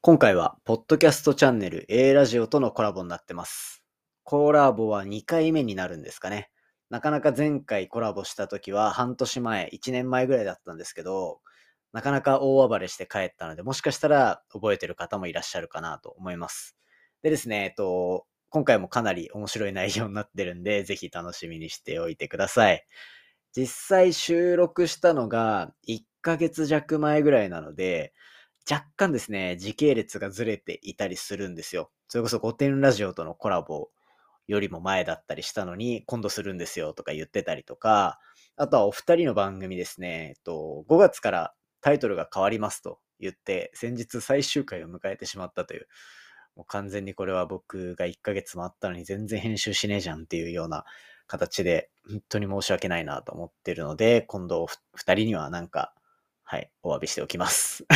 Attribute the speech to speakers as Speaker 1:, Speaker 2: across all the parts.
Speaker 1: 今回は、ポッドキャストチャンネル A ラジオとのコラボになってます。コラボは2回目になるんですかね。なかなか前回コラボした時は半年前、1年前ぐらいだったんですけど、なかなか大暴れして帰ったので、もしかしたら覚えてる方もいらっしゃるかなと思います。でですね、えっと、今回もかなり面白い内容になってるんで、ぜひ楽しみにしておいてください。実際収録したのが1ヶ月弱前ぐらいなので、若干ですね、時系列がずれていたりするんですよ。それこそ5点ラジオとのコラボよりも前だったりしたのに、今度するんですよとか言ってたりとか、あとはお二人の番組ですね、えっと、5月からタイトルが変わりますと言って、先日最終回を迎えてしまったという、もう完全にこれは僕が1ヶ月もあったのに全然編集しねえじゃんっていうような形で、本当に申し訳ないなと思ってるので、今度ふ二人にはなんか、はい、お詫びしておきます。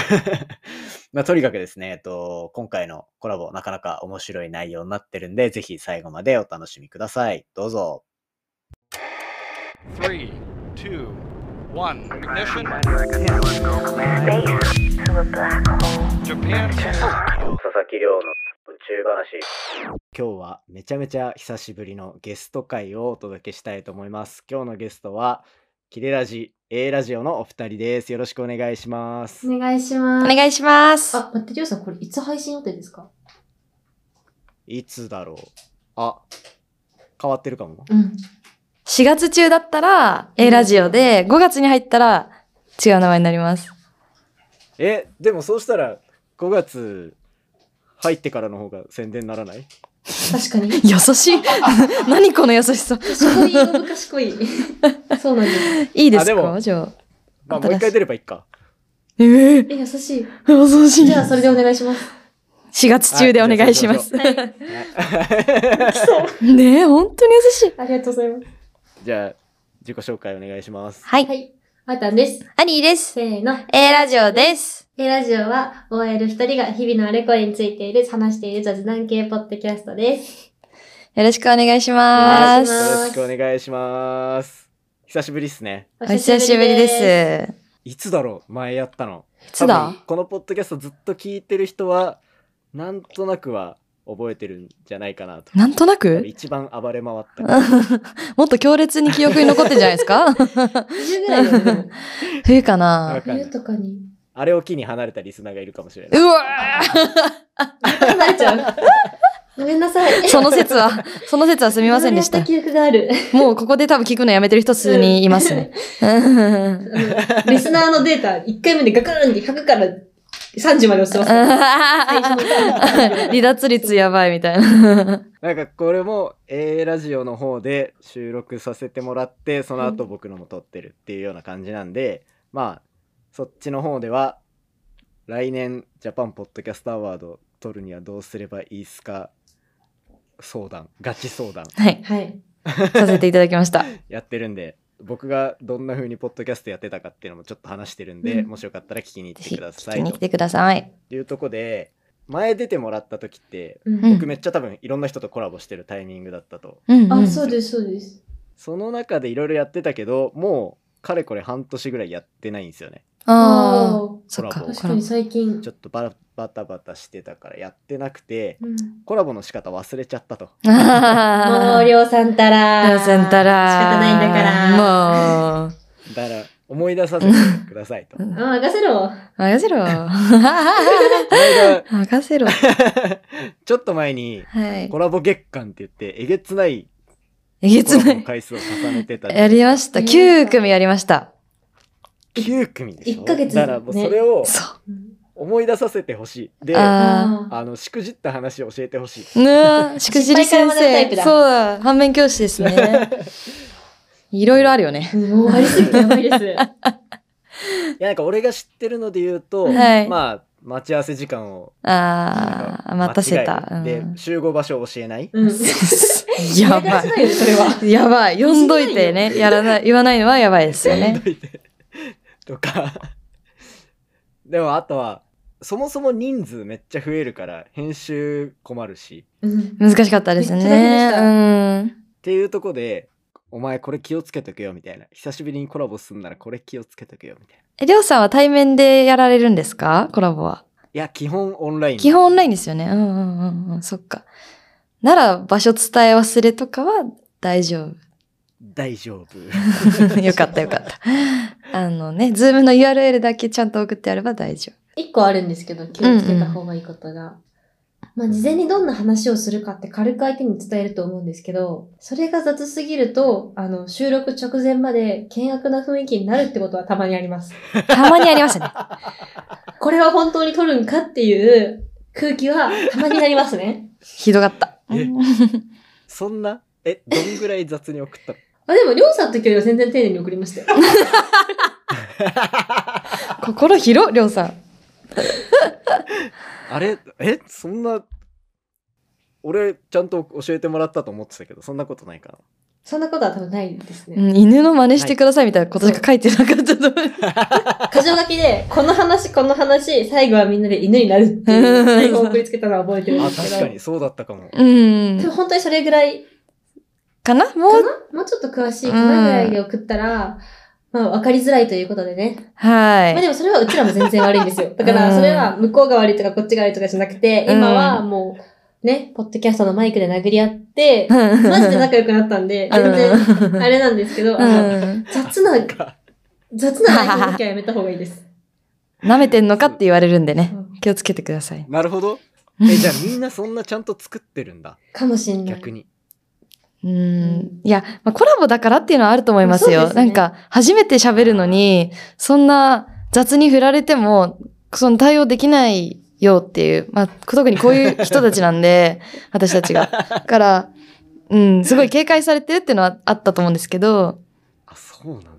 Speaker 1: まあ、とにかくですね、えっと、今回のコラボ、なかなか面白い内容になってるんで、ぜひ最後までお楽しみください。どうぞ。
Speaker 2: Three, two, one. Ignition.
Speaker 3: space to a black hole.
Speaker 2: Japan.
Speaker 1: 佐々木亮の宇宙話今日はめちゃめちゃ久しぶりのゲスト会をお届けしたいと思います今日のゲストはキレラジ A ラジオのお二人ですよろしくお願いします
Speaker 4: お願いしま
Speaker 5: お
Speaker 4: す。
Speaker 5: 願いします。
Speaker 4: あ、待って、りょうさん、これいつ配信予定ですか
Speaker 1: いつだろうあ変わってるかも
Speaker 4: うん。
Speaker 5: 4月中だったら A ラジオで、5月に入ったら違う名前になります。
Speaker 1: えでもそうしたら5月入ってからの方が宣伝にならない
Speaker 4: 確かに。
Speaker 5: 優しい。 何この優しさ。
Speaker 4: 賢い、よぶ賢い。 そうなんです。
Speaker 5: いいです
Speaker 1: あでも
Speaker 5: かじゃあ。
Speaker 1: まあもう一回出ればいいか
Speaker 5: えー、
Speaker 4: え、優し い。
Speaker 5: 優しい。
Speaker 4: じゃあ、それでお願いします。
Speaker 5: 4月中でお願いします。
Speaker 4: はい。
Speaker 5: ねえ、本当に優しい。
Speaker 4: ありがとうございます。
Speaker 1: じゃあ自己紹介お願いします
Speaker 5: はい。
Speaker 4: はい。あたんです。
Speaker 5: アニーです。
Speaker 4: せーの。
Speaker 5: A ラジオです。
Speaker 4: え、ラジオは OL 二人が日々のあれこれについている、話している雑談系ポッドキャストです。
Speaker 5: よろしくお願いし
Speaker 4: 願
Speaker 5: ま
Speaker 4: いし
Speaker 5: す。
Speaker 4: ます
Speaker 1: よろしくお願いします久しぶりっすね
Speaker 4: お
Speaker 5: お久しぶりです。
Speaker 4: す。
Speaker 1: いつだろう前やったの
Speaker 5: いつ
Speaker 1: 多
Speaker 5: だ
Speaker 1: 分このポッドキャストずっと聞いてる人はなんとなくは覚えてるんじゃないかなと
Speaker 5: なんとな
Speaker 1: 多分
Speaker 5: く
Speaker 1: 一番暴れ回った
Speaker 5: もっと強烈に記憶に残ってんじゃないです か
Speaker 4: 20ぐらいだよねでも
Speaker 5: 冬か
Speaker 1: わ
Speaker 5: な
Speaker 1: かんな
Speaker 4: 冬
Speaker 1: い
Speaker 4: とかに。
Speaker 1: あれを機に離れたリスナーがいるかもしれないう
Speaker 5: わ
Speaker 4: 離れちゃう。ごめんなさい。
Speaker 5: ーその説は、その説はすみませんでし
Speaker 4: い
Speaker 5: た
Speaker 4: ろ。いろやった記憶がある。
Speaker 5: もうここで多分聞くのやめてる人数にいますね。うん
Speaker 4: あのリスナーのデータ、1回目でガクーンって100から30まで押してますよ。最初の段
Speaker 5: 離脱率やばいみたいな。
Speaker 1: なんかこれも A ラジオの方で収録させてもらってその後僕のも撮ってるっていうような感じなんで、まあそっちの方では来年ジャパンポッドキャストアワード撮るにはどうすればいいっすか相談ガチ相談
Speaker 5: はい。
Speaker 4: はい。
Speaker 5: させていただきました。
Speaker 1: やってるんで僕がどんな風にポッドキャストやってたかっていうのもちょっと話してるんで、
Speaker 4: うん
Speaker 1: もしよかったら聞きに行って
Speaker 5: ぜひ
Speaker 1: くだ
Speaker 5: 聞
Speaker 1: さ
Speaker 5: き
Speaker 1: い
Speaker 5: に
Speaker 1: と
Speaker 5: 来てください。
Speaker 1: いうとこで前出てもらった時って
Speaker 4: うん
Speaker 5: うん
Speaker 1: 僕めっちゃ多分いろんな人とコラボしてるタイミングだったと
Speaker 5: うんうん、
Speaker 4: あ、そうです、そうです。
Speaker 1: その中でいろいろやってたけどもうかれこれ半年ぐらいやってないんですよね
Speaker 5: ああ。
Speaker 4: おー
Speaker 5: そっか。
Speaker 4: 確か に最近
Speaker 1: ちょ。っとバラバタバタしてたからやってなくて
Speaker 4: うん
Speaker 1: コラボの仕方忘れちゃったと
Speaker 4: もう、
Speaker 5: あ
Speaker 4: りょうさんたら。
Speaker 5: あ。両線たら。
Speaker 4: 仕方ないんだから。も
Speaker 5: もう。
Speaker 1: だから思い出させてください とこ
Speaker 4: う。任せろ。
Speaker 5: 任せろ。
Speaker 1: の間
Speaker 5: 任せろ。
Speaker 1: ちょっと前に
Speaker 5: はい
Speaker 1: コ。ラボ月間って言ってえげつない
Speaker 5: えげ
Speaker 1: コ
Speaker 5: つ
Speaker 1: ラボ
Speaker 5: な
Speaker 1: の
Speaker 5: い。
Speaker 1: 回数を重ねてたんで
Speaker 5: やりました。9組やりました。
Speaker 1: 9組でしょ
Speaker 4: 一ヶ月
Speaker 1: だからもうそれを
Speaker 5: そう。
Speaker 1: 思い出させてほしいであ
Speaker 5: ああ。
Speaker 1: のしくじった話を教えてほしい
Speaker 5: ねえ、しくじり
Speaker 4: 失敗から学ぶ
Speaker 5: 先
Speaker 4: タイプ
Speaker 5: 生。
Speaker 4: だ
Speaker 5: そうだ、反面教師です ね。いろいろあるよね。
Speaker 4: うんもうありすぎてやばいです。
Speaker 1: いやなんか俺が知ってるので言うと、
Speaker 5: はい
Speaker 1: まあ待ち合わせ時間を
Speaker 5: ああ、待たせた。う
Speaker 1: 間違える
Speaker 5: ん
Speaker 1: で、集合場所を教えない、
Speaker 4: うん。
Speaker 5: やば。
Speaker 4: やりがちだよねそれはい
Speaker 5: やばい。呼んどいてね。やらない、言わないのはやばいですよ ね。
Speaker 1: とかでもあとはそもそも人数めっちゃ増えるから編集困るし
Speaker 4: うん
Speaker 5: 難しかったです
Speaker 4: めっちゃ大変でした
Speaker 5: ね。
Speaker 1: っていうとこでお前これ気をつけとけよみたいな久しぶりにコラボすんならこれ気をつけとけよみたいな
Speaker 5: うん。りょうさんは対面でやられるんですかコラボは。
Speaker 1: いや、基本オンライン。
Speaker 5: 基本オンラインですよね。うんうんうんうん。そっか。なら、場所伝え忘れとかは大丈
Speaker 1: 大丈 夫。
Speaker 5: 夫。よかったよかった。あのね、ズームの URL だけちゃんと送ってやれば大丈
Speaker 4: 一個あるんですけど、気をつけた方がいいことが。まあ、事前にどんな話をするかって軽く相手に伝えると思うんですけど、それが雑すぎると、あの、収録直前まで険悪な雰囲気になるってことはたまにあります。
Speaker 5: 夫。たまにあ りますね。
Speaker 4: これは本当に撮るんかっていう空気はたまになりますね。
Speaker 5: ひどかった。
Speaker 1: え
Speaker 5: うん
Speaker 1: そんな、え、どんぐらい雑に送ったの
Speaker 4: まあでも、りょうさんの時よりは全然丁寧に送りましたよ。
Speaker 5: 心広、りょうさん。
Speaker 1: あれ、え、そんな、俺、ちゃんと教えてもらったと思ってたけど、そんなことないか
Speaker 4: そんなことは多分ないですね。
Speaker 5: うん犬の真似してくださいみたいなことしか書いてなかったと思う。
Speaker 4: 箇条書きで、この話、この話、最後はみんなで犬になるっていう最後を送りつけたのは覚えてるん
Speaker 1: な。あ、
Speaker 4: ですけ
Speaker 1: 確
Speaker 4: ど。
Speaker 1: かにそうだったかも。
Speaker 5: うん
Speaker 4: で。も本当にそれぐらい
Speaker 5: かなも
Speaker 4: か
Speaker 5: う、
Speaker 4: なもうちょっと詳しいかなぐらいで送ったら、まあ分かりづらいということでね。
Speaker 5: は
Speaker 4: まあ
Speaker 5: い。
Speaker 4: でもそれはうちらも全然悪いんですよ。だか
Speaker 5: う
Speaker 4: ら
Speaker 5: ん
Speaker 4: それは向こうが悪いとかこっちが悪いとかじゃなくて、
Speaker 5: うん
Speaker 4: 今はもうね、ポッドキャストのマイクで殴り合って、マ
Speaker 5: マ
Speaker 4: ジで仲良くなったんで、全 然あれなんですけど、あの
Speaker 5: うん。
Speaker 4: 雑な、雑な相手の時はやめた方がいいです。
Speaker 5: 舐めてんのかって言われるんでね
Speaker 4: うん。
Speaker 5: 気をつけてください。
Speaker 1: なるほど。え、じゃあみんなそんなちゃんと作ってるんだ。
Speaker 4: かもしんない。
Speaker 1: 逆に。
Speaker 5: うん。いや、まあ、コラボだからっていうのはあると思います
Speaker 4: そう
Speaker 5: よ。
Speaker 4: です
Speaker 5: な
Speaker 4: ね
Speaker 5: んか、初めて喋るのに、そんな雑に振られても、その対応できないよっていう、まあ、特にこういう人たちな んで、私たちが。だから、うん、すごい警戒されてるっていうのはあったと思うんですけど、
Speaker 1: あ、そうなんだ。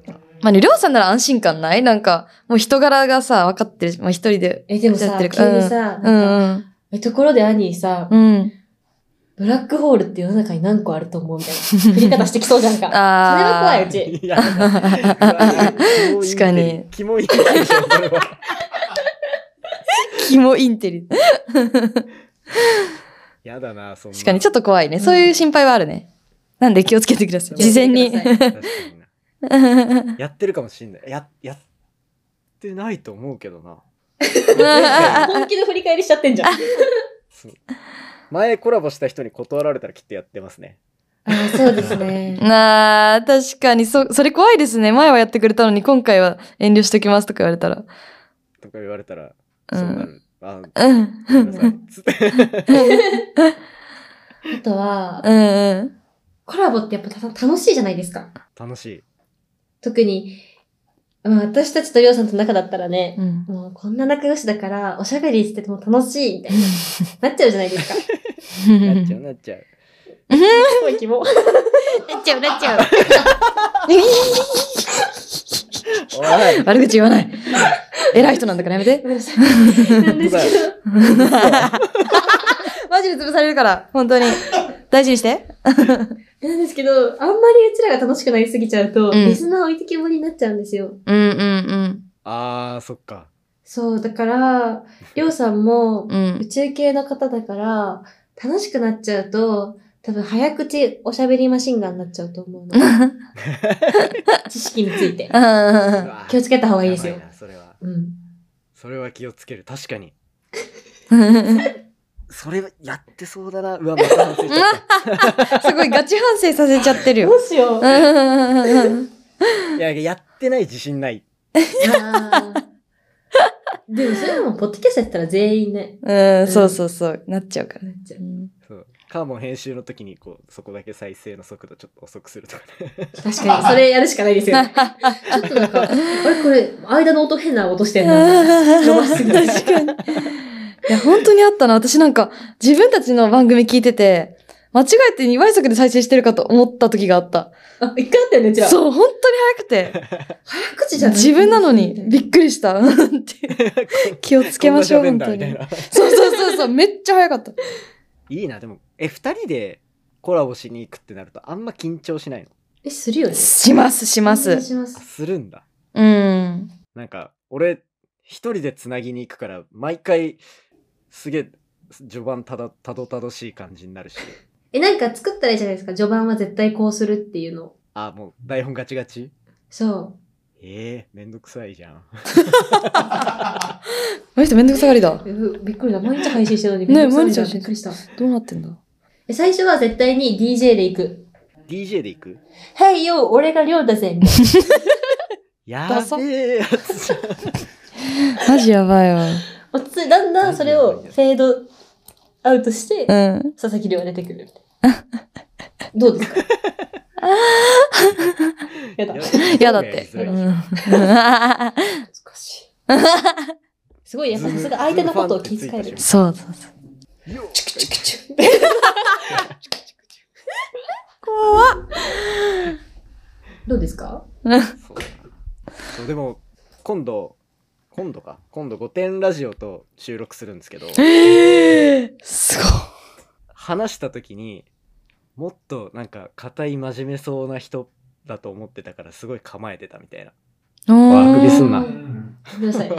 Speaker 5: まあね、りょうさんなら安心感ないなんか、もう人柄がさ、分かってるし、まあ一人で。
Speaker 4: え、でも
Speaker 5: や
Speaker 4: さ、
Speaker 5: って
Speaker 4: 急
Speaker 5: る
Speaker 4: にさ、
Speaker 5: う
Speaker 4: なんか、
Speaker 5: ん
Speaker 4: えところでアニーさ
Speaker 5: う、ん。うん。
Speaker 4: ブラックホールって世の中に何個あると思うみたいな。振り方してきそうじゃんか。それ
Speaker 5: あ
Speaker 4: は怖
Speaker 5: ー
Speaker 4: い、うち。
Speaker 1: いや、確
Speaker 5: 確かに
Speaker 1: キモいインテリでしょ、それは。
Speaker 5: キモインテリ。
Speaker 1: やだな、そんな。
Speaker 5: 確かにち
Speaker 1: っ
Speaker 5: ょっと怖いね。そういう心配はあるね。なんで気をつけてください。
Speaker 1: 気をつ
Speaker 5: 事前
Speaker 4: け
Speaker 5: に
Speaker 4: てください。
Speaker 1: と。確かにな
Speaker 5: うん
Speaker 1: やってるかもしんない。や、やってないと思うけど な。
Speaker 4: 本気の振り返りしちゃってんじゃん。
Speaker 1: そう前コラボした人に断られたらきっとやってますね。
Speaker 4: ああ、そうですね。
Speaker 5: なあ、確かに、そ、それ怖いですね。前はやってくれたのに、今回は遠慮しときますとか言われたら。
Speaker 1: とか言われたら、
Speaker 5: う
Speaker 1: そうなる。
Speaker 5: ん。
Speaker 1: あ、
Speaker 5: うん。
Speaker 1: ごめんな さい。つって。
Speaker 4: あとは、
Speaker 5: うん。
Speaker 4: コラボってやっぱた楽しいじゃないですか。
Speaker 1: 楽しい。
Speaker 4: 特に、まあ、私たちとりょうさんとの仲だったらね、
Speaker 5: うん。
Speaker 4: もうこんな仲良しだから、おしゃべりしてても楽しいみたい な、なっちゃうじゃないですか。
Speaker 1: なっちゃう、なっちゃう。
Speaker 4: すごい希望。
Speaker 5: なっちゃう、なっちゃう。
Speaker 1: お い
Speaker 5: 悪口言わない。偉い人なんだからやめて。
Speaker 4: ごめ んなさい。なんですけど。
Speaker 5: マジで潰されるから、本当に。大事にして。
Speaker 4: なんですけど、あんまりうちらが楽しくなりすぎちゃうと、
Speaker 5: ん
Speaker 4: リスナー置いてきぼりになっちゃうんですよ。
Speaker 5: うんうん
Speaker 1: あー、そっか。
Speaker 4: そう、だから、りょうさんも
Speaker 5: う、ん
Speaker 4: 宇。宙系の方だから、楽しくなっちゃうと、多分早口おしゃべりマシンガンになっちゃうと思うの。 知識について。
Speaker 5: う
Speaker 1: う
Speaker 5: ん。
Speaker 1: わ
Speaker 4: 気をつけた方がいいですよ
Speaker 1: やばなそれは。
Speaker 4: うん。
Speaker 1: それは気をつける。確かに。それやってそうだな。うわ、また反省しちゃった。
Speaker 5: すごいガチ反省させちゃってる
Speaker 4: ど
Speaker 5: よ。
Speaker 4: うしよう。
Speaker 5: うんうんうんうん
Speaker 1: いや、やってない自信ない。
Speaker 4: あーでもそれはもう、ポッドキャストやったら全員ね、
Speaker 5: うん、そうそうそう、なっちゃうから
Speaker 4: な
Speaker 5: ね。
Speaker 4: っちゃう。
Speaker 5: うん
Speaker 1: そう。カーモン編集の時に、こう、そこだけ再生の速度ちょっと遅くするとかね。
Speaker 4: 確かに、それやるしかない ですよ。ちょっとなんか、あれこれ、間の音変な音してんな。伸ばしす
Speaker 5: 確
Speaker 4: ぎ
Speaker 5: か
Speaker 4: て
Speaker 5: に。いや、本当にあったな。私なんか、自分たちの番組聞いてて、間違えて2倍速で再生してるかと思った時があった。
Speaker 4: あ、一回あったよね、うちら。
Speaker 5: そう、本当に早くて。
Speaker 4: 早口じゃない
Speaker 5: 自分なのに、びっくりした。うんって気をつけましょう、
Speaker 1: こん
Speaker 5: 本
Speaker 1: な
Speaker 5: 当
Speaker 1: 喋んだみ
Speaker 5: に
Speaker 1: た。いな。
Speaker 5: そうそうそうそう、めっちゃ早かった。
Speaker 1: いいな、でも、え、二人でコラボしに行くってなると、あんま緊張しないの
Speaker 4: え、するよね。
Speaker 5: します、しま
Speaker 4: お願い
Speaker 5: す。
Speaker 4: しま
Speaker 1: あ
Speaker 4: す。
Speaker 1: するんだ。
Speaker 5: うん。
Speaker 1: なんか、俺、一人でつなぎに行くから、毎回、すげえ、序盤ただ、たどたどしい感じになるし。
Speaker 4: え、なんか作ったらいいじゃないですか。序盤は絶対こうするっていうの。
Speaker 1: あ、もう、台本ガチガチ
Speaker 4: そ
Speaker 1: ええめんどくさいじゃん。
Speaker 5: の人めんどくさがりだ。
Speaker 4: えうびっくりだ。毎日配信してるのに。
Speaker 5: ね
Speaker 4: めんどくさい
Speaker 5: 毎日
Speaker 4: じゃんびっくりした。
Speaker 5: どうなってんだ
Speaker 4: え最初は絶対に DJ で行く。
Speaker 1: DJ で行く
Speaker 4: Hey yo, 俺が亮だぜ。みたいな
Speaker 1: やべえやつじゃん。
Speaker 5: マジやばいわ。
Speaker 4: おつだんだんそれをフェードアウトして、
Speaker 5: うん。
Speaker 4: 佐々木亮が出てくるみたいな。どうですかやだ。難
Speaker 5: 嫌だって。
Speaker 1: やりづらい
Speaker 5: うん
Speaker 4: しい。すごい、やっぱさすが相手のことを気遣える。
Speaker 5: そうそうそう。
Speaker 4: チクチクチク。
Speaker 5: 怖っ。
Speaker 4: どうですか
Speaker 1: そう そうでも今度今度か今度「御殿ラジオ」と収録するんですけど
Speaker 5: えー、すごい。
Speaker 1: 話した時にもっとなんか硬い真面目そうな人だと思ってたからすごい構えてたみたいな
Speaker 5: あ
Speaker 1: あくびすんな
Speaker 4: ごめんなさい。ご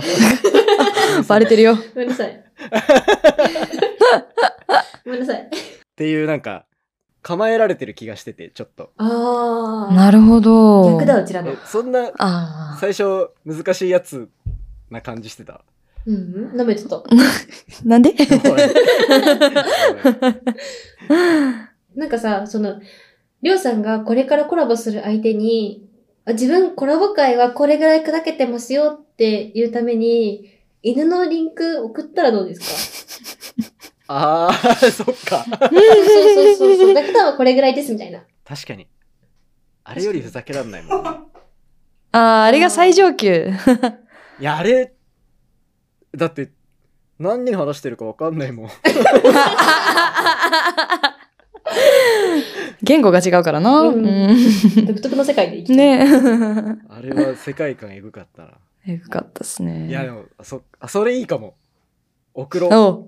Speaker 5: バレてるよ。
Speaker 4: めんなさ い。ごめんなさい。
Speaker 1: っていうなんか構えられてる気がしててちょっと
Speaker 4: あ
Speaker 5: なるほ
Speaker 4: あ。
Speaker 5: ど。
Speaker 4: 逆だ、うちらの
Speaker 1: え。そんな
Speaker 5: ああ。
Speaker 1: 最初難しいやつな感じしてた
Speaker 4: うんうん、舐めてた。
Speaker 5: なんで
Speaker 1: おいおい
Speaker 4: なんかさ、その、りょうさんがこれからコラボする相手に、あ自分コラボ会はこれぐらい砕けてますよっていうために、犬のリンク送ったらどう ですか
Speaker 1: あーそっか
Speaker 4: そうそうそうそう。だけどこれぐらいですみたい な。
Speaker 1: 確かにあれよりふざけらんないもん
Speaker 5: ああ、あれが最上級。
Speaker 1: いや、あれ、だって、何人話してるか分かんないもん。
Speaker 5: 言語が違うからな。
Speaker 4: うん
Speaker 5: うん
Speaker 4: 独特の世界で生きてる。
Speaker 5: ね
Speaker 1: あれは世界観エグかったな。
Speaker 5: え。えぐかったっすね。
Speaker 1: いや、でも、あそ、あ、それいいかも。送 ろう。
Speaker 5: おう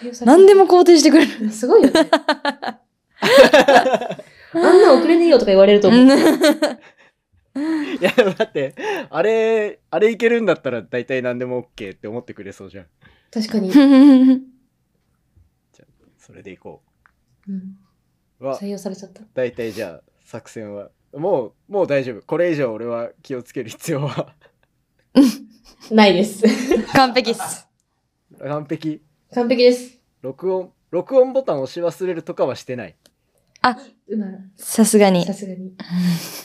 Speaker 4: 採用された
Speaker 5: 何でも肯定してくれる。
Speaker 4: すごいよね。 あんな遅れねえよとか言われると思う。
Speaker 1: いや、だって、あれ、あれいけるんだったら大体何でも OK って思ってくれそうじゃん。
Speaker 4: 確かに。
Speaker 1: それでいこ
Speaker 4: うん
Speaker 1: う。は
Speaker 4: 採、用されちゃった。
Speaker 1: 大体じゃあ、作戦は。もう、もう大丈夫。これ以上俺は気をつける必要は。
Speaker 4: ないです。
Speaker 5: 完璧っす。
Speaker 1: 完璧。
Speaker 4: 完璧です。
Speaker 1: 録音、録音ボタン押し忘れるとかはしてない。
Speaker 4: うまい
Speaker 5: さすがに
Speaker 4: さ。すがに。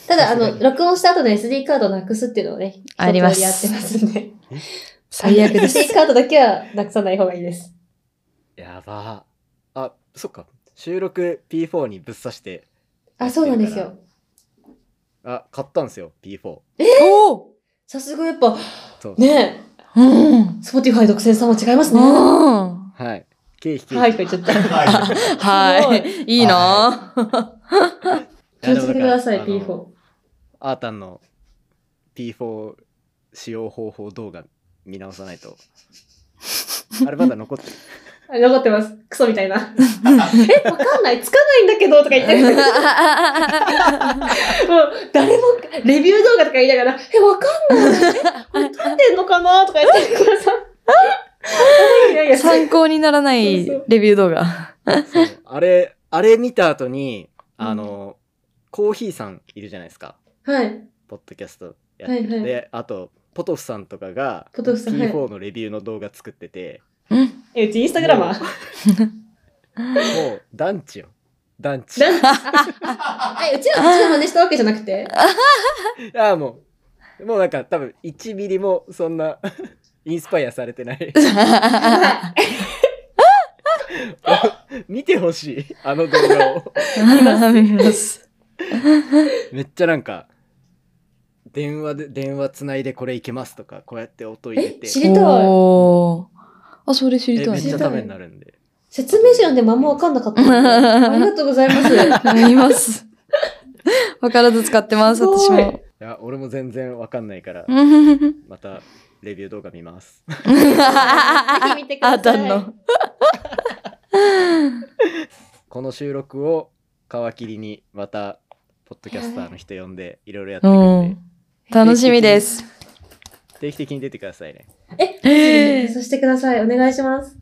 Speaker 4: ただ、あ
Speaker 1: さすが
Speaker 4: の、
Speaker 1: に
Speaker 4: 録音した後の SD カードをなくすっていうのをね、
Speaker 5: あります
Speaker 4: 一通りやってますんで。
Speaker 5: 最悪 です。
Speaker 4: SD カードだけはなくさない方がいいです。
Speaker 1: やばー。あ、そっか。収録 P4 にぶっ刺して。
Speaker 4: あ、そうなんです
Speaker 1: やっ
Speaker 4: よ。
Speaker 1: あ、買ったんですよ、P4。
Speaker 5: おお
Speaker 4: さすがやっぱ、
Speaker 1: そう。
Speaker 4: ね
Speaker 5: うん
Speaker 4: え、。Spotify 独占さんも違いますね。は
Speaker 5: うん
Speaker 1: はい。経費経費。
Speaker 4: い、とか言 っちゃった。
Speaker 5: はい。いいな
Speaker 4: 気をつけてください、
Speaker 1: やでもなんか
Speaker 4: P4。
Speaker 1: あのアータンの P4 使用方法動画見直さないと。あれまだ残 ってる。
Speaker 4: あれ残ってます。クソみたいな。 え、わかんない。つかないんだけど、とか言って。もう、誰も、レビュー動画とか言いながら、え、わかんない。え、これ撮ってんのかなとか言ってくださ い。いやいや、
Speaker 5: 参考にならないレビュー動画。
Speaker 1: そうあれ、あれ見た後に、あの、コーヒーさんいるじゃないですか。
Speaker 4: はい。
Speaker 1: ポッドキャストやってる。
Speaker 4: はいはい
Speaker 1: で、あと、ポトフさんとかが
Speaker 4: ポトフさんはい
Speaker 1: P4 のレビューの動画作ってて、
Speaker 4: え、うちインスタグラマー。
Speaker 1: もう、団地よ。団地。
Speaker 4: なんえ、うちは、うちの真似したわけじゃなくて。
Speaker 1: ああもうもうなんか多分1ミリもそんな インスパイアされてない 見てほしいあの動画を
Speaker 5: 見ます。
Speaker 1: めっちゃなんか電話で電話つないでこれいけますとかこうやって音入れて
Speaker 4: え知りたい
Speaker 5: おーあ、それ知り
Speaker 1: え
Speaker 5: た
Speaker 1: めっ
Speaker 5: い
Speaker 1: ちゃ
Speaker 5: ね。
Speaker 1: ためになるんで
Speaker 4: 説明書読んでもあんまわかんなかった。ありがとうございます。
Speaker 5: 見ます。わからず使ってます、
Speaker 4: すごい
Speaker 5: 私も。
Speaker 1: いや俺も全然わかんないから
Speaker 5: うん
Speaker 1: またレビュー動画見ます
Speaker 4: ぜひ見てください
Speaker 5: あだんの。
Speaker 1: この収録を皮切りにまたポッドキャスターの人呼んでいろいろやっていくんで
Speaker 5: 楽しみです。
Speaker 1: 定期的に出てくださいね
Speaker 5: えー
Speaker 4: そしてください。お願いします。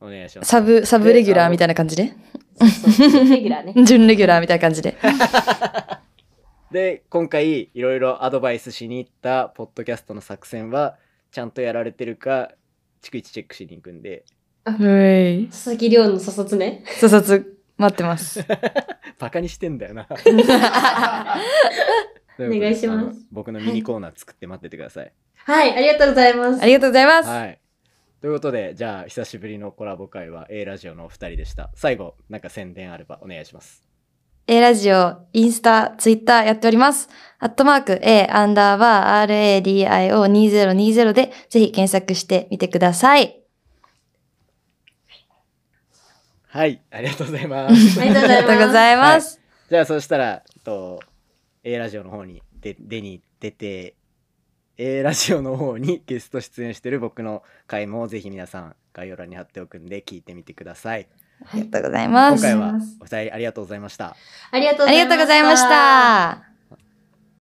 Speaker 1: お願いします
Speaker 5: サブ、サブレギュラーみたいな感じで
Speaker 4: レギュラーね。
Speaker 5: 準レギュラーみたいな感じで。
Speaker 1: で、今回いろいろアドバイスしに行ったポッドキャストの作戦は、ちゃんとやられてるか、逐一チェックしに行くん で、
Speaker 5: はい。
Speaker 4: 佐々木亮の査察ね。
Speaker 5: 査察待っ てます。
Speaker 1: バカにしてんだ よな。
Speaker 4: お願いします
Speaker 1: とうことで。あの僕のミニコーナー作って待っててください。
Speaker 4: はい、ありがとうございます。
Speaker 5: ありがとうございます。
Speaker 1: はい。ということで、じゃあ、久しぶりのコラボ会は A ラジオのお二人でした。最後、なんか宣伝あればお願いします。
Speaker 5: A ラジオ、インスタ、ツイッターやっております。アットマーク A アンダーバー RADIO2020 でぜひ検索してみてください。
Speaker 1: はい、ありがとうございます。
Speaker 4: ありがとうございます
Speaker 5: ありがとうございます。
Speaker 1: じゃあ、そしたら、えっと、A ラジオの方に出出に出て、A ラジオの方にゲスト出演してる僕の回もぜひ皆さん概要欄に貼っておくんで聞いてみてください。
Speaker 5: ありがとうござい
Speaker 4: あ
Speaker 5: ま
Speaker 1: 今
Speaker 4: りがとうござ
Speaker 5: す
Speaker 4: い
Speaker 1: 回
Speaker 4: ま
Speaker 1: は
Speaker 4: す
Speaker 1: お二人ありがとうございました。
Speaker 4: ありがとう
Speaker 5: ありがとうございまし。た。